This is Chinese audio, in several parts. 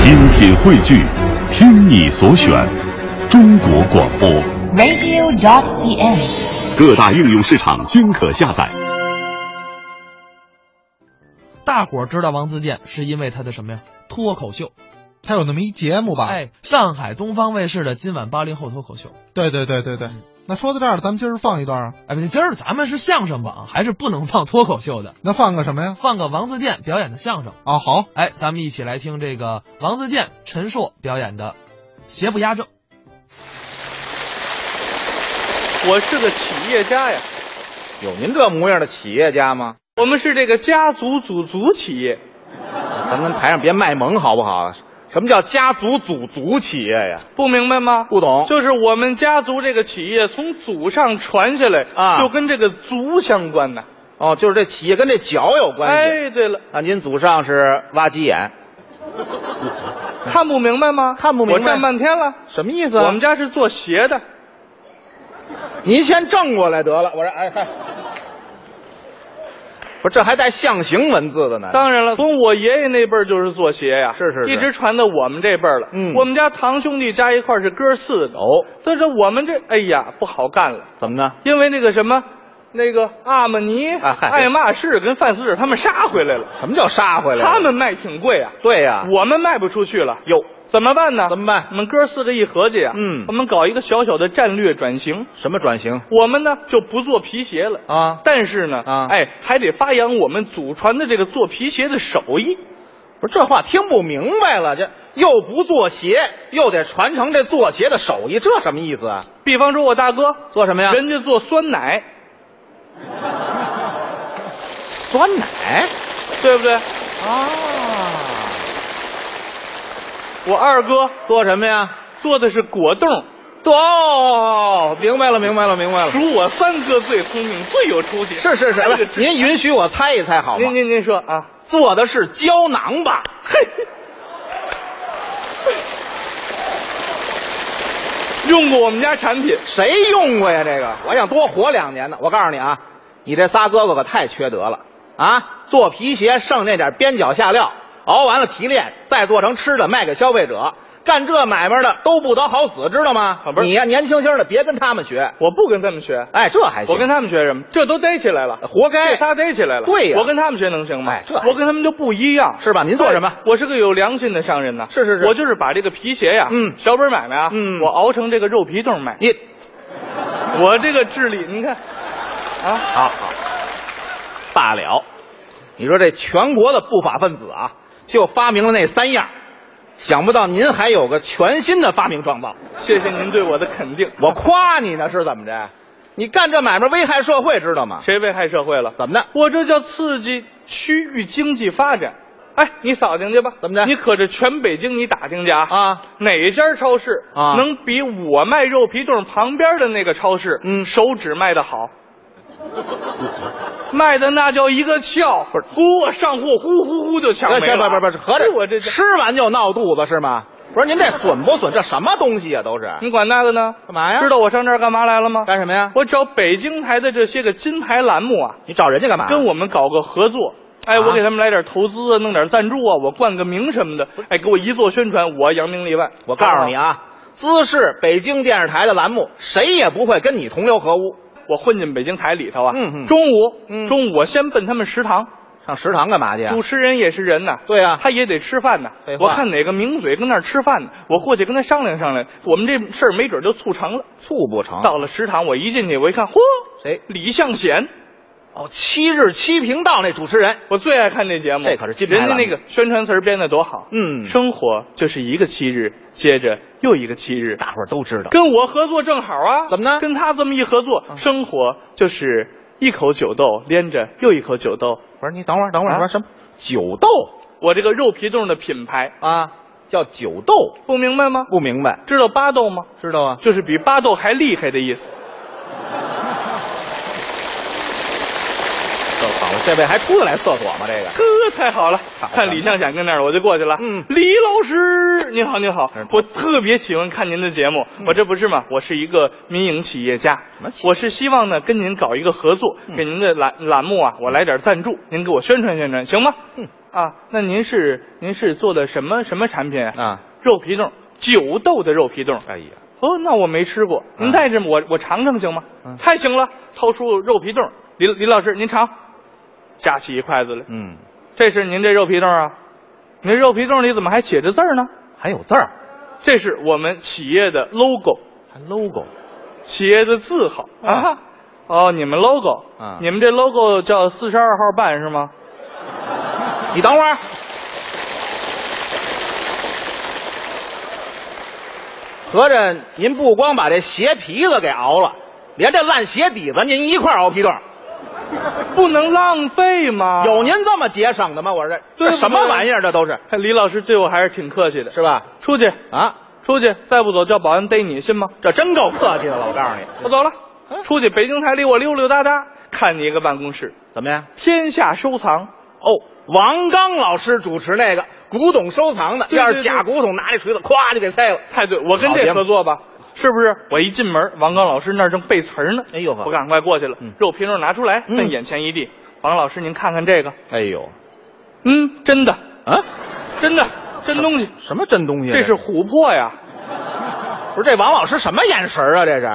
精品汇聚，听你所选，中国广播。 radio.cn。各大应用市场均可下载。大伙儿知道王自健是因为他的什么呀？脱口秀。他有那么一节目吧？，哎，上海东方卫视的今晚八零后脱口秀。对对对对对。那说到这儿了，咱们今儿放一段啊，哎，不对，今儿咱们是相声榜，还是不能放脱口秀的，那放个什么呀？放个王自健表演的相声。啊，好，哎，咱们一起来听这个王自健、陈硕表演的《邪不压正》。我是个企业家呀，有您这模样的企业家吗？我们是这个家族组族企业，咱跟台上别卖萌好不好？什么叫家族组族企业呀？不明白吗？不懂就是我们家族这个企业从祖上传下来啊就跟这个族相关呐。哦，就是这企业跟这脚有关系。哎，对了，那您祖上是挖鸡眼，看不明白吗？看不明白我站半天了。什么意思啊？我们家是做鞋的，您先正过来得了。我说，哎嗨，不是这还带象形文字的呢。当然了，从我爷爷那辈儿就是做鞋呀，是是是一直传到我们这辈儿了。嗯我们家堂兄弟加一块儿是哥四个，哦，所以说我们这，哎呀，不好干了。怎么呢？因为那个什么，那个阿玛尼、啊嗨爱马仕跟范思哲他们杀回来了，什么叫杀回来了？他们卖挺贵啊，对呀、我们卖不出去了，哟，怎么办呢？怎么办我们哥四个一合计啊，嗯我们搞一个小小的战略转型，什么转型我们呢就不做皮鞋了。啊？但是呢，啊哎，还得发扬我们祖传的这个做皮鞋的手艺。不是这话听不明白了，这又不做鞋，又得传承这做鞋的手艺，这什么意思啊？比方说，我大哥，做什么呀？人家做酸奶， 酸奶对不对？啊？我二哥做什么呀？做的是果冻，做哦，明白了，明白了，明白了。数我三哥最聪明，最有出息。哎是是是，他这个不是知识您允许我猜一猜好吗您？您您说啊，做的是胶囊吧？嘿，用过我们家产品，谁用过呀？这个，我想多活两年呢。我告诉你啊，你这仨哥哥可太缺德了啊！做皮鞋剩那点边角下料，熬完了提炼，再做成吃的卖给消费者，干这买卖的都不得好死，知道吗啊？不是你呀、年轻轻的别跟他们学。我不跟他们学，哎，这还行，我跟他们学什么？这都逮起来了，活该这仨逮起来了。对呀我跟他们学能行吗？哎这我跟他们就不一样，是吧您做什么哎我是个有良心的商人呐。是是是我就是把这个皮鞋呀，嗯小本买卖啊，嗯我熬成这个肉皮冻卖。你我这个智力，您看，啊，好好罢了。你说这全国的不法分子啊，就发明了那三样，想不到您还有个全新的发明创造。谢谢您对我的肯定。我夸你呢，是怎么着？你干这买卖危害社会，知道吗？谁危害社会了？怎么的？我这叫刺激区域经济发展。哎，你扫听去吧。怎么的你可着全北京你打听去啊！啊，哪家超市啊能比我卖肉皮冻旁边的那个超市嗯手指卖的好？卖的那叫一个俏，不是，嚯，上货呼呼呼就抢没行了。不不不不，合着哎我这这，吃完就闹肚子是吗？不是您这损不损？这什么东西啊？都是你管那个呢？干嘛呀哎知道我上这儿干嘛来了吗？干什么呀？我找北京台的这些个金牌栏目啊，你找人家干嘛？跟我们搞个合作。哎，啊我给他们来点投资啊，弄点赞助啊，我冠个名什么的。哎，给我一做宣传，我扬名立万。我告诉你，啊，姿势北京电视台的栏目，谁也不会跟你同流合污。我混进北京台里头啊。嗯嗯中午，嗯中午我先奔他们食堂，上食堂干嘛去啊主？持人也是人呐。对啊他也得吃饭呐废。话我看哪个名嘴跟那儿吃饭呢，我过去跟他商量商量，我们这事儿没准就促成了。醋不成？到了食堂，我一进去，我一看，嚯，谁？李向显，哦，七日七频道那主持人，我最爱看这节目，这可是金牌人栏家目那个宣传词儿编的多好。嗯生活就是一个七日，接着又一个七日，大伙儿都知道。跟我合作正好啊。怎么呢嗯跟他这么一合作，生活就是一口酒豆连着又一口酒豆。不是你等会儿，等会儿，啊不是什么酒豆我这个肉皮冻的品牌，啊？叫酒豆？不明白吗？不明白？知道巴豆吗？知道啊？就是比巴豆还厉害的意思。这好，这位还出得来厕所吗？这个呵，太好了！好的看李向显跟那儿，我就过去了。嗯李老师，你好，你好嗯，我特别喜欢看您的节目。我这不是嘛，我是一个民营企业家什么企，业嗯我是希望呢跟您搞一个合作，给您的栏栏目啊，我来点赞助，您给我宣传宣传，行吗？嗯，啊，那您是您是做的什么什么产品啊？肉皮冻，九豆的肉皮冻。哎呀，哦，那我没吃过，您啊带着我我尝尝行吗？嗯太行了，掏出肉皮冻，李李老师您尝，夹起一筷子来，嗯，这是您这肉皮冻啊？您这肉皮冻里怎么还写着字儿呢？还有字儿，这是我们企业的 logo，还 logo，企业的字号啊啊。哦，你们 logo，啊你们这 logo 叫四十二号办是吗？你等会儿。合着您不光把这鞋皮子给熬了，连这烂鞋底子您一块儿熬皮冻，不能浪费吗？有您这么节省的吗？我这对这什么不对玩意儿？这都啊是哎李老师对我还是挺客气的，是吧？出去，啊，出去，再不走叫保安逮你，信吗？这真够客气的 了，我告诉你，我走了，嗯出去北京台里我溜溜达达，看你一个办公室，怎么样？天下收藏。哦，王刚老师主持那个古董收藏的，对对要是对假古董，拿这锤子咵就给碎了。太对，我跟好节这目合作吧，是不是？我一进门，王刚老师那儿正背词儿呢。哎呦呵我赶快过去了，嗯肉皮肉拿出来，嗯奔眼前一地。王老师，您看看这个，哎呦，嗯，真的，啊，真的，真东 西，什么真东西啊这是琥珀呀！不是这王老师什么眼神啊？这是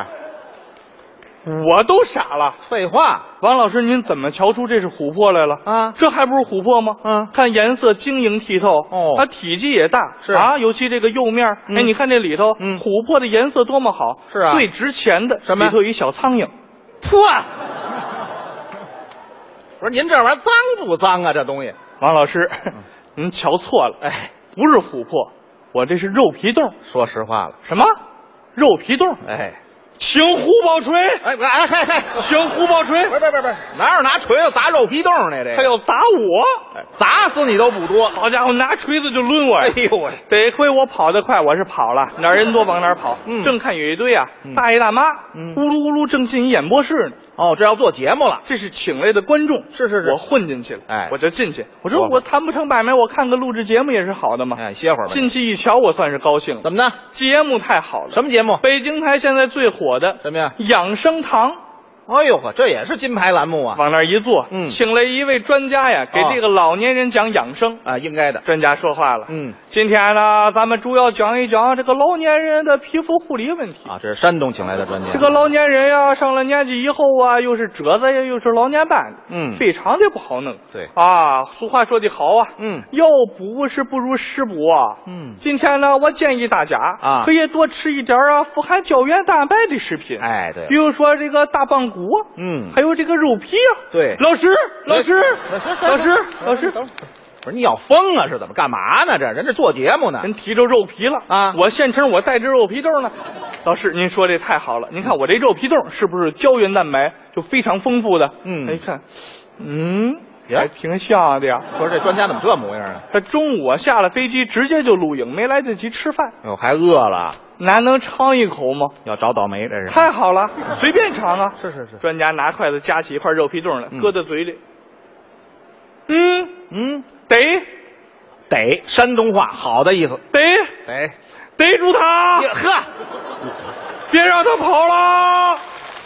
我都傻了。废话王老师，您怎么瞧出这是琥珀来了？啊这还不是琥珀吗？嗯看颜色晶莹剔透，哦它体积也大，是啊，尤其这个釉面，嗯哎，你看这里头，嗯琥珀的颜色多么好，是啊最值钱的什么里头有一小苍蝇，破！ 不是您这玩意儿脏不脏啊？这东西，王老师，嗯 您瞧错了，哎，不是琥珀，我这是肉皮冻，说实话了，什么？肉皮冻，哎，请胡宝 锤，哎，不是哎，嘿嘿，请胡宝锤不，是不是不哎是，哪有拿锤子砸肉皮冻的这他个？要砸我，哎砸死你都不多。好家伙，拿锤子就抡我哎呀！呦喂，得亏我跑得快，我是跑了，哪儿人多往哪儿跑。嗯正看有一堆啊，嗯大爷大妈，嗯呜噜呜噜正进一演播室呢。哦，这要做节目了，这是请来的观众，是是是我混进去了，哎我就进去。我我说我谈不成买卖，我看个录制节目也是好的嘛。哎，歇会儿吧。进去一瞧，我算是高兴了，怎么呢？节目太好了。什么节目？北京台现在最火的什么呀？养生堂，哎呦呵，这也是金牌栏目啊！往那儿一坐，嗯请来一位专家呀，给哦这个老年人讲养生。啊，应该的。专家说话了，嗯，今天呢，咱们主要讲一讲这个老年人的皮肤护理问题。啊，这是山东请来的专家。这个老年人呀，上了年纪以后啊，又是褶子呀，又是老年斑，嗯非常的不好弄。对啊，俗话说得好啊，嗯药补是不如食补啊。嗯今天呢，我建议大家啊可以多吃一点啊富含胶原蛋白的食品，，哎，对比，如说这个大棒骨啊，嗯还有这个肉皮啊。对老师，老师，哎老师，老师，等会儿不是你要疯啊？是怎么干嘛呢？这人这做节目呢。人提着肉皮了啊我现成我带着肉皮冻呢。老师，您说这太好了，您看我这肉皮冻是不是胶原蛋白就非常丰富的？哎嗯一看，嗯，呀还挺像的呀。不是这专家怎么这模样啊？他中午啊下了飞机直接就录影，没来得及吃饭，哎呦，还饿了，难能尝一口吗？要找倒霉这是。太好了，随便尝啊。是是是专家拿筷子夹起一块肉皮冻来，嗯搁在嘴里，嗯，嗯，逮得山东话，好的意思。逮得，逮住他，呵，别让他跑了。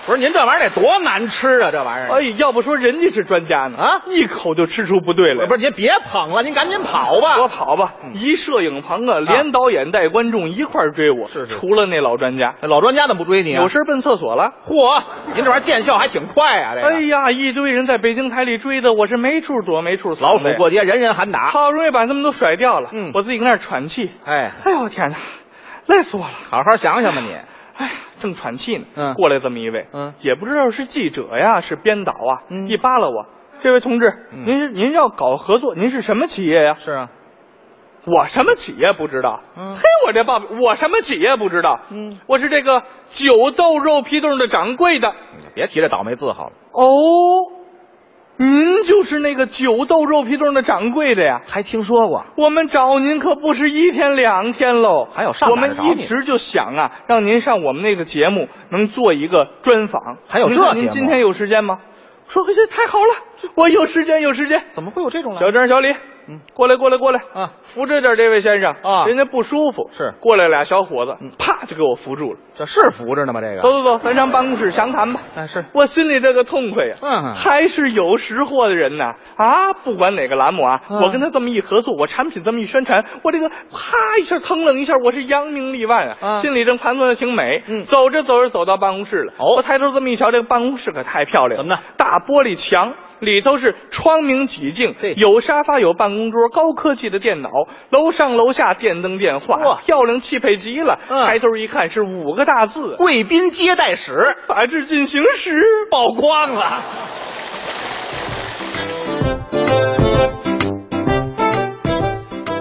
不是您这玩意儿得多难吃啊？这玩意哎儿。，要不说人家是专家呢啊一口就吃出不对来。不是您别捧了，您赶紧跑吧。我跑吧，嗯一摄影棚啊，连导演带观众一块儿追我。是是除了那老专家，哎老专家怎么不追你啊？有事奔厕所了。嚯，您这玩意儿见效还挺快啊！这个、哎呀，一堆人在北京台里追的，我是没处躲，没处藏老呗鼠过街，人人喊打。好容易把他们都甩掉了。嗯我自己搁那儿喘气。哎，哎呦天哪，累死我了！好好想想吧你。 哎呀，正喘气呢，嗯过来这么一位，嗯也不知道是记者呀，是编导啊，嗯一扒拉我，这位同志，嗯您是您要搞合作，您是什么企业呀？是啊，我什么企业不知道？嗯嘿，我这爸爸，我什么企业不知道？嗯，我是这个九豆肉皮冻的掌柜的。你别提这倒霉字好了，哦，您嗯就是那个九豆肉皮冻的掌柜的呀？还听说过我们找您可不是一天两天喽，还有上我哪儿们找一你直就想啊，让您上我们那个节目，能做一个专访。还有您这看您节目哎今天有时间吗？说这太好了，我有时间，有时间。怎么会有这种小？张、小李，嗯，过来过来过来啊，扶着点这位先生啊人家不舒服。是嗯过来俩小伙子，啪就给我扶住了。这是扶着呢吗？这走走个，走，咱上办公室详谈吧。但是我心里这个痛快呀、嗯还是有识货的人呐啊！不管哪个栏目啊，嗯我跟他这么一合作，我产品这么一宣传，我这个啪一下腾楞一下，我是扬名立万啊！嗯心里正盘算的挺美，嗯走着走着走到办公室了，哦我抬头这么一瞧，这个办公室可太漂亮了，怎么呢？大玻璃墙里头是窗明几净嘿，有沙发，有办公桌，高科技的电脑，楼上楼下电灯电话哇，漂亮气派极了。嗯抬头一看是五个大字：贵宾接待室法制进行时。曝光了。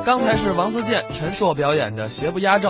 刚才是王自健、陈硕表演的《邪不压正》。